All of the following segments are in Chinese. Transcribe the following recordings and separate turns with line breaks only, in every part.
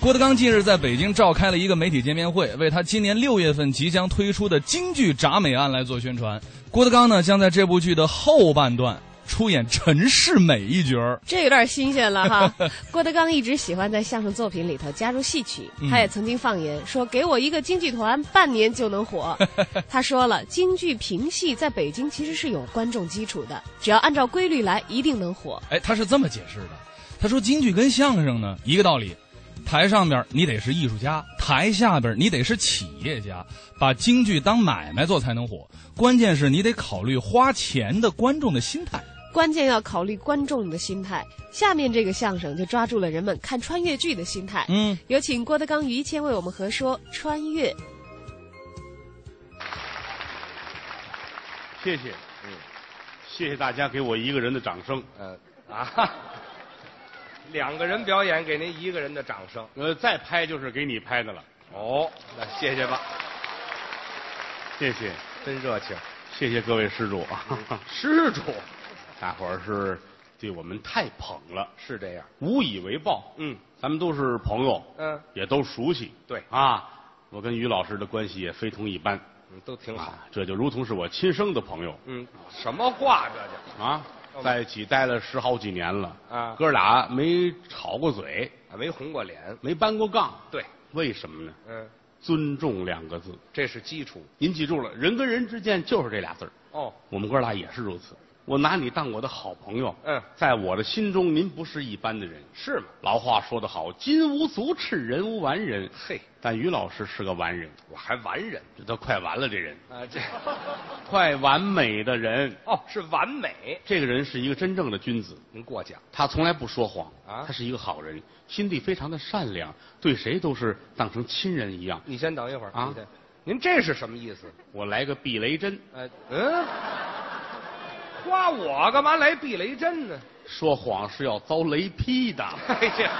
郭德纲近日在北京召开了一个媒体见面会，为他今年六月份即将推出的京剧《铡美案》来做宣传。郭德纲呢，将在这部剧的后半段出演陈世美一角儿。
这有点新鲜了哈。郭德纲一直喜欢在相声作品里头加入戏曲，他也曾经放言说：“给我一个京剧团，半年就能火。”他说了，京剧评戏在北京其实是有观众基础的，只要按照规律来，一定能火。
哎，他是这么解释的，他说京剧跟相声呢一个道理，台上边儿你得是艺术家，台下边儿你得是企业家，把京剧当买卖做才能火。关键是你得考虑花钱的观众的心态。
关键要考虑观众的心态。下面这个相声就抓住了人们看穿越剧的心态。
嗯，
有请郭德纲、于谦为我们合说《穿越》。
谢谢，嗯，谢谢大家给我一个人的掌声。
呃啊，两个人表演给您一个人的掌声。
呃，再拍就是给你拍的了，
哦，那谢谢吧，
谢谢，
真热情。
谢谢各位施主啊，
施主
大伙儿是对我们太捧了，
是这样，
无以为报。
嗯
咱们都是朋友，
嗯，
也都熟悉。
对
啊，我跟于老师的关系也非同一般
嗯都挺好。
啊，这就如同是我亲生的朋友
嗯，什么话这叫
啊，
哦
在一起待了十好几年了
啊
哥俩没吵过嘴，
啊没红过脸。
没搬过杠，
对，
为什么呢？
嗯，
尊重两个字。
这是基础。
您记住了，人跟人之间就是这俩字儿。
哦，
我们哥俩也是如此。我拿你当我的好朋友，
嗯
在我的心中，您不是一般的人。
是吗？
老话说得好，金无足赤，人无完人。
嘿，
但于老师是个完人，
我还完人
这都快完了，这人，
啊，这
快完美的人。
哦是完美。
这个人是一个真正的君子，
您过奖。
他从来不说谎
啊
他是一个好人，心地非常的善良，对谁都是当成亲人一样。
你先等一会儿
啊
你先您这是什么意思？
我来个避雷针，
呃，嗯， 夸我干嘛来避雷针呢？
说谎是要遭雷劈的。
哎呀，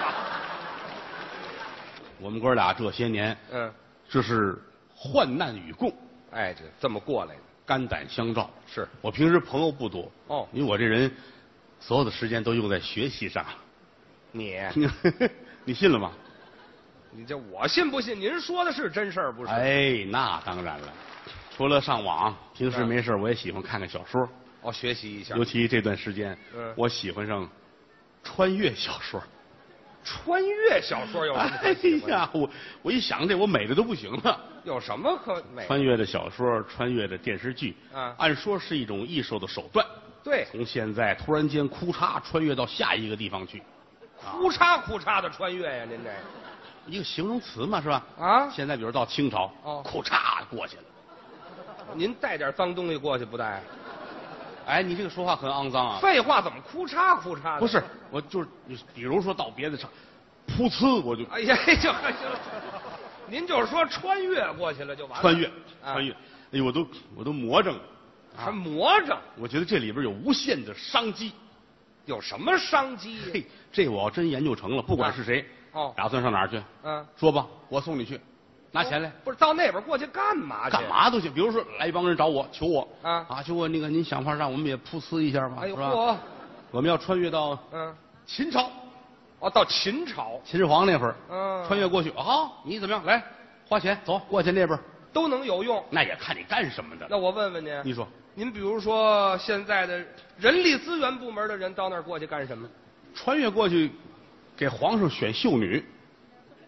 我们哥俩这些年，
嗯，
这是患难与共，
哎，这这么过来的
肝胆相照。
是
我平时朋友不多
哦
因为我这人所有的时间都用在学习上。
你，
你信了吗？
你这我信不信？您说的是真事儿不是？
哎，那当然了。除了上网，平时
嗯
没事儿我也喜欢看看小说，
哦，学习一下
尤其这段时间，
嗯
我喜欢上穿越小说。
穿越小说有什么
哎
可喜欢的？
呀，我我一想这，我美的都不行了。
有什么可美？
穿越的小说，穿越的电视剧，
啊
按说是一种艺术的手段。
对，
从现在突然间哭嚓穿越到下一个地方去，
哭嚓哭嚓的穿越呀，您这
一个形容词嘛，是吧？
啊
现在比如到清朝，
哦
哭嚓过去了。
您带点脏东西过去不带？啊
哎，你这个说话很肮脏啊！
废话，怎么哭嚓哭嚓的？
不是，，我就是，比如说到别的城，噗呲我就
哎呀， 这行了，您就说穿越过去了就完了。
穿越，
啊
穿越，哎呦，我都我都魔怔了。
还魔怔，
我觉得这里边有无限的商机。
有什么商机呀？
嘿，这我要真研究成了，不管是谁，
哦
打算上哪儿去？
嗯，哦
说吧，我送你去，拿钱来。
不是到那边过去干嘛去？
干？嘛都行。比如说来一帮人找我求我
啊
啊，求我那个您想法让我们也噗呲一下吧，
哎呦
是吧？
嚯，
我们要穿越到
嗯，
秦朝，
哦，到秦朝
秦始皇那会儿，
嗯
穿越过去，啊好，你怎么样？来，花钱走过去那边，
都能有用。
那也看你干什么的。
那我问问您，
你说
您比如说现在的人力资源部门的人到那儿过去干什么？
穿越过去，给皇上选秀女，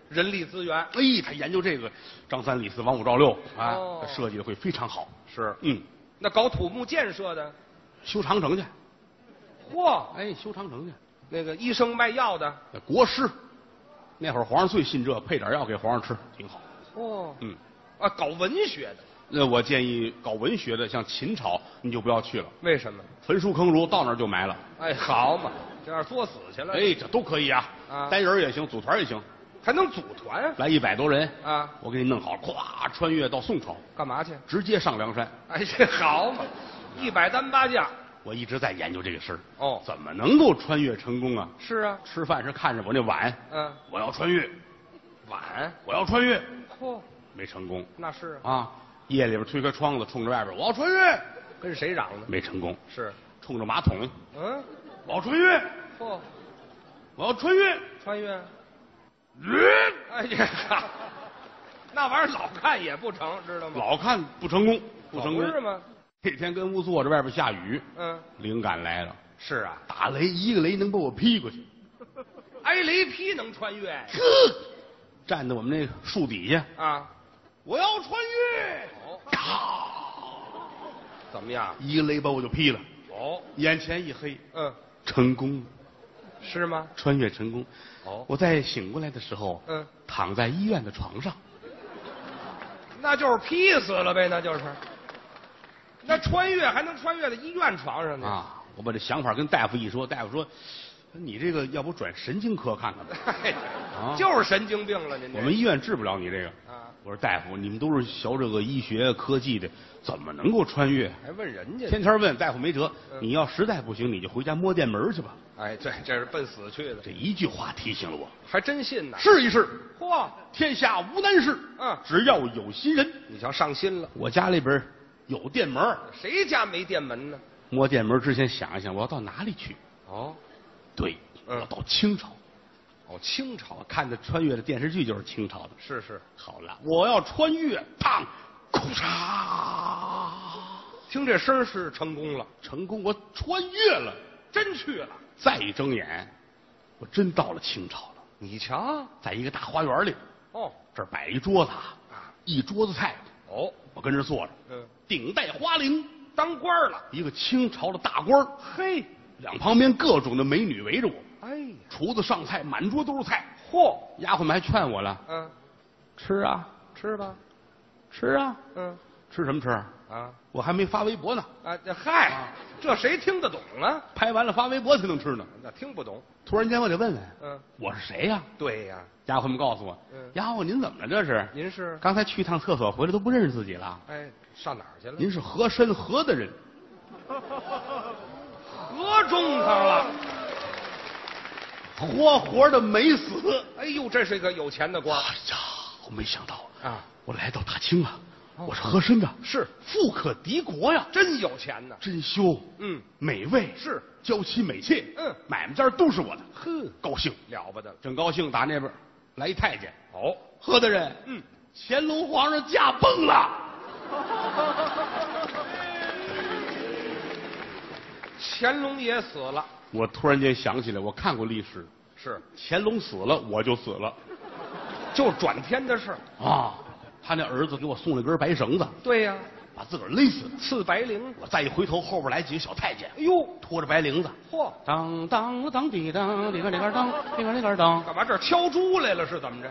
人力资源
哎，他研究这个，张三李四王五赵六啊，
哦
他设计的会非常好。
是
嗯，
那搞土木建设的，
修长城去，
嚯，
哎，修长城去。
那个医生卖药的，
那国师，那会儿皇上最信这，配点药给皇上吃，挺好。
嚯，
嗯。
啊，搞文学的，
那我建议搞文学的，像秦朝你就不要去了，
为什么？
焚书坑儒，到那儿就埋了。
哎，好嘛，这样作死去了，
哎，这都可以啊，
啊
单人儿也行，组团儿也行，
还能组团
来一百多人，
啊？
我给你弄好，咵穿越到宋朝，
干嘛去？
直接上梁山。
哎，这好 嘛，一百单八将，
我一直在研究这个事儿，
哦
怎么能够穿越成功啊？
是啊，
吃饭时看着我那碗，
嗯，
我要穿越，
碗，
我要穿越，
嚯，
没成功
那是啊
啊！夜里边推开窗子，冲着外边，我要穿越，
跟谁嚷呢？
没成功，
是，
冲着马桶，
嗯，
我要穿越，
嚯，
我要穿越，
穿越，
呃
哎呀，哈那玩意儿老看也不成，知道吗？
老看不成功，不成
是
功。
吗？
那天跟屋坐着，外边下雨，
嗯，
灵感来了，
是啊，
打雷一个雷能把我劈过去，
挨雷劈能穿越
站在我们那树底下，
啊？
我要穿越，
哦，怎么样？
一个雷把我就劈了，
哦，
眼前一黑，
嗯，
成功了，
是吗？
穿越成功。
哦，
我在醒过来的时候，
嗯，
躺在医院的床上，
那就是劈死了呗，那就是。那穿越还能穿越到医院床上去？
啊，我把这想法跟大夫一说，大夫说，你这个要不转神经科 看看吧，
哎
啊
就是神经病了，您这
我们医院治不了你这个。
啊，
我说大夫，你们都是学这个医学科技的，怎么能够穿越？
还问人家？
天天问大夫没辙，
嗯
你要实在不行，你就回家摸电门去吧。
哎，对，这是奔死去的，
这一句话提醒了我，
还真信呐。
试一试，
嚯，
天下无难事。
嗯
只要有心人。
你瞧上心了。
我家里边有电门，
谁家没电门呢？
摸电门之前想一想，我要到哪里去？
哦，
对，
嗯
我到清朝。
哦，清
我
朝
看的穿越的电视剧就是清朝的。
是是，
好了，我要穿越，砰，库嚓，
听这声儿是成功了，
成功，我穿越了。
真去了。
再一睁眼，我真到了清朝了，
你瞧，
在一个大花园里，
哦
这儿摆一桌子啊，
啊
一桌子菜，
哦，
我跟这儿坐着，
嗯，
顶戴花翎，
当官儿了，
一个清朝的大官儿，
嘿，
两旁边各种的美女围着我，
哎呀，
厨子上菜，满桌都是菜，
嚯，
丫鬟们还劝我了，
嗯，
吃啊，
吃吧，
吃啊，
嗯
吃什么吃？
啊
我还没发微博呢，
啊，这嗨，这谁听得懂啊？
拍完了发微博才能吃呢。
那听不懂，
突然间我得问问，
嗯，
我是谁呀、
对呀，
丫鬟们告诉我
嗯，
丫鬟您怎么了？这是
您是
刚才去一趟厕所回来都不认识自己了。
哎上哪儿去了？
您是和珅和的人，
合中他了，
活活的没死。
哎呦，这是一个有钱的官
哎
儿
呀，我没想到
啊，
我来到大清了，我是和珅的，
是
富可敌国呀，
真有钱呢，
珍馐，
嗯，
美味
是
娇妻美妾，
嗯
买卖单都是我的，
呵，
高兴，
了不得了，
正高兴，打那边来一太监，
哦，
和大人，
嗯，
乾隆皇上驾崩了，
乾隆爷死了，
我突然间想起来，我看过历史，
是
乾隆死了，我就死了
就转天的事儿，
啊。他那儿子给我送了根白绳子，
对呀，
把自个儿勒死了。
刺白绫，
我再一回头，后边来几个小太监，
哎呦，
拖着白绫子，
嚯，
当当当滴当，里边里边当，里边里边当。
干嘛这儿敲猪来了是怎么着？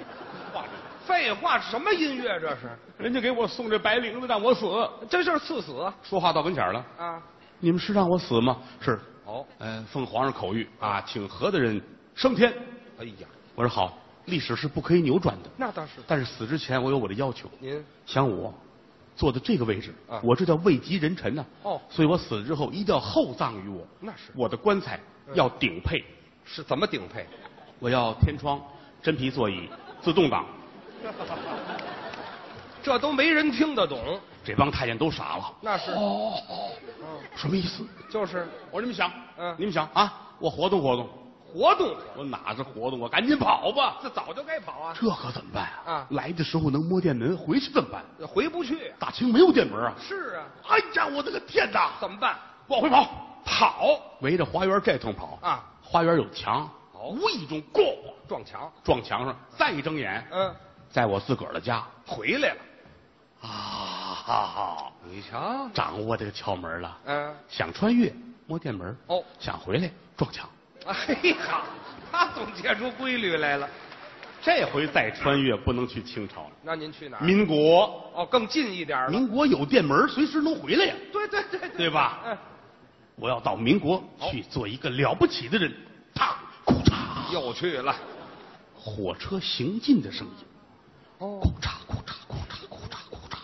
废话，什么音乐这是？
人家给我送这白绫子，让我死。
这就是赐死
说话到跟前儿了，
啊！
你们是让我死吗？是。
哦，
嗯、奉皇上口谕啊，请何大人升天。
哎呀，
我说好，历史是不可以扭转的，
那倒是。
但是死之前我有我的要求。
您
想我坐在这个位置，
啊
我这叫位极人臣呐、
哦
所以我死了之后一定要厚葬于我。
那是嗯
我的棺材要顶配，
是怎么顶配？
我要天窗、真皮座椅、自动挡。
这都没人听得懂，
这帮太监都傻了。
那是
哦，什么意思？
就是
我说你们想，
嗯
你们想啊，我活动活动，
活动，
我哪是活动，我赶紧跑吧。
这早就该跑啊，
这可怎么办啊？
啊
来的时候能摸电门，回去怎么办？
回不去。
大清没有电门啊！
是啊，
哎呀，我的个天哪！
怎么办？
往回跑，跑，围着花园这通跑
啊！
花园有墙，
哦
无意中咣
撞墙。
撞墙上，再一睁眼，
嗯，
在我自个儿的家
回来了。
啊哈哈，
你瞧，
掌握这个窍门了。
嗯，
想穿越摸电门，
哦
想回来撞墙。
哎呀， 他总结出规律来了。
这回再穿越不能去清朝了，
那您去哪儿？
民国，
哦，更近一点儿了。
啊民国有电门，随时能回来呀，
对对对对，
对吧？
嗯，
我要到民国
好
去做一个了不起的人，啪，裤嚓，
又去了。
火车行进的声音。
哦
库嚓库嚓库嚓库嚓库嚓。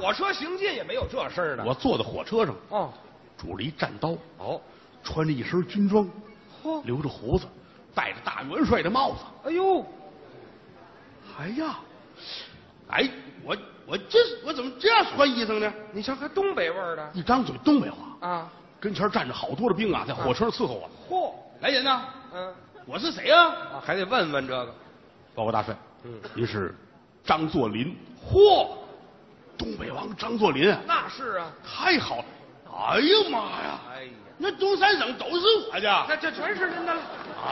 火车行进也没有这事儿呢。
我坐在火车上，
哦
拄着一战刀，
哦，
穿着一身军装，
嚯
留着胡子，戴着大元帅的帽子。
哎呦，
哎呀，哎，我我这我怎么这样穿衣裳呢？
你瞧还东北味儿的
一张嘴东北话，
啊？
跟前站着好多的兵啊，在火车上伺候我。
嚯，
来人呐，
嗯、
我是谁呀、
啊啊，还得问问这个。
报告大帅，
嗯
于是张作霖，嚯，东北王张作霖啊，
那是啊，
太好了！哎呀妈呀，
哎呀，
那东三省都是我的，
那这全是您的了，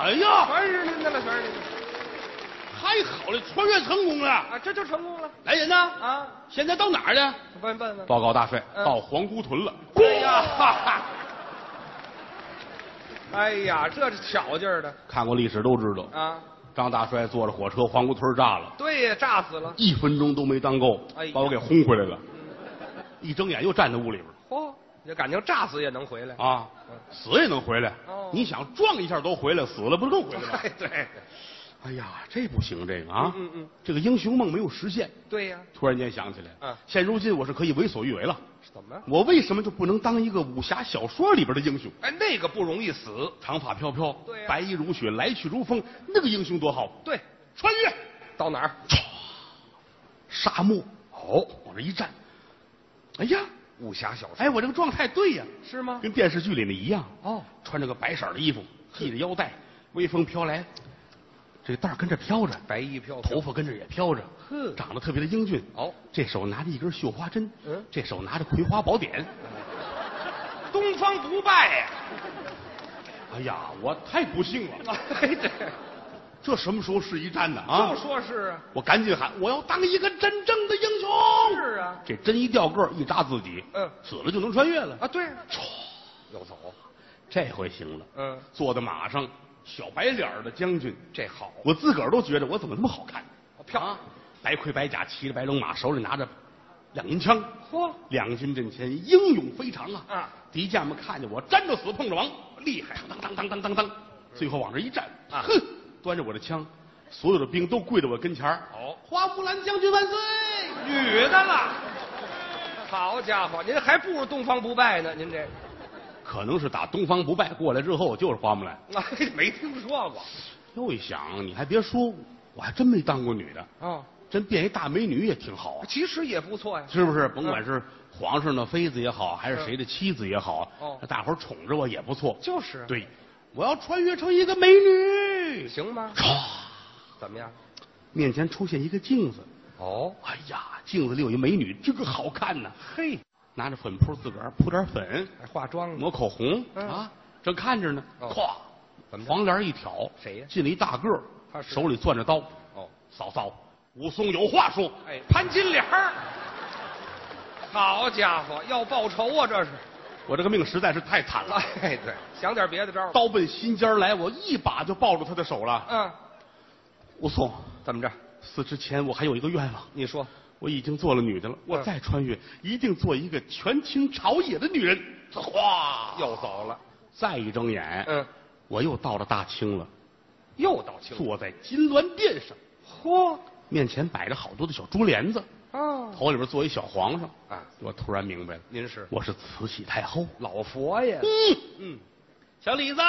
哎呀，
全是您的了，全是您的
太好了，穿越成功了！
啊，这就成功了
来人呐，
啊！
现在到哪儿呢？
问问问，
报告大帅，
嗯
到皇姑屯了。
哎呀
哈哈，
哎呀，这是巧劲儿的
看过历史都知道，
啊！
张大帅坐着火车，皇姑屯炸了，
对呀，炸死了，
一分钟都没当够
哎呀，
把我给轰回来了。一睁眼又站在屋里边
嚯，这感情炸死也能回来
儿啊
嗯，
死也能回来
哦。
你想撞一下都回来，死了不是更回来吗
哎，？对，
哎呀，这不行，这个啊，
嗯嗯嗯
这个英雄梦没有实现。
对呀，
突然间想起来，
嗯
现如今我是可以为所欲为了。
怎么？
我为什么就不能当一个武侠小说里边的英雄？
哎，那个不容易死，
长发飘飘，
对呀
白衣如雪，来去如风，那个英雄多好！
对，
穿越
到哪儿？
沙漠，哦，往这一站，哎呀，
武侠小说
哎，我这个状态对呀，
是吗？
跟电视剧里那一样。
哦，
穿着个白色的衣服，系着腰带，微风飘来，这个带儿跟着飘着，
白衣飘
头发跟着也飘着，
哼
长得特别的英俊。
哦，
这手拿着一根绣花针，
嗯
这手拿着《葵花宝典》。
东方不败呀！
哎呀，我太不幸了，
哎，对，
这什么时候是一战呢？啊，
就说是啊，
我赶紧喊，我要当一个真正的英雄。
是啊
这针一掉个儿一扎自己，
嗯
死了就能穿越了。
啊，对啊，
要走，这回行了。
嗯
坐在马上，小白脸儿的将军，
这好，
我自个儿都觉得我怎么那么好看？
哦漂亮
啊白盔白甲，骑着白龙马，手里拿着两银枪，
嚯，
两军阵前英勇非常啊！
啊，
敌将们看见我，沾着死碰着亡，厉害！当当当当当当，最后往这一站，
嗯啊
哼，端着我的枪，所有的兵都跪到我跟前儿。
好
花木兰将军万岁！
女的了，好家伙，您还不如东方不败呢，您这，
可能是打东方不败过来之后，就是花木兰。
哎，没听说过，
又一想，你还别说，我还真没当过女的，
哦，
真变一大美女也挺好啊。
其实也不错呀，
是不是？甭管是皇上的妃子也好，还是谁的妻子也好，
哦
大伙儿宠着我也不错。
就是，，啊
对，我要穿越成一个美女。
行吗？
唰，
怎么样？
面前出现一个镜子，
哦，
哎呀，镜子里有一美女，这个好看呐、
嘿，
拿着粉扑自个儿扑点粉，
还化妆呢，
抹口红、
嗯
啊，正看着呢，
哦
咵、
怎么着
房帘一挑，
谁呀
进了一大个儿
他，是
手里攥着刀。
哦，
嫂嫂，武松有话说。
哎
潘金莲儿，
好家伙，要报仇啊，这是，
我这个命实在是太惨了。
哎，对，想点别的招儿吧，
刀奔心尖儿来，我一把就抱住他的手了。
嗯，
武松，
怎么着？
死之前我还有一个愿望，
你说，嗯
我已经做了女的了，我再穿越，一定做一个权倾朝野的女人。哗，
又走了，
再一睁眼，
嗯，
我又到了大清了，
又到清
坐在金銮殿上，
嚯，
面前摆着好多的小珠帘子，
哦，
头里边坐一小皇上。
啊，
我突然明白了，
您是
我是慈禧太后。
老佛爷
嗯，
嗯，
小李子，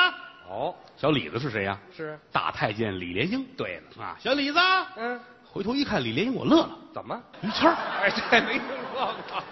哦，
小李子是谁呀、
是，
大太监李莲英。
对了，
啊，小李子，
嗯，
回头一看李莲英，我乐了。
怎么？
于谦儿
哎，这没听说过。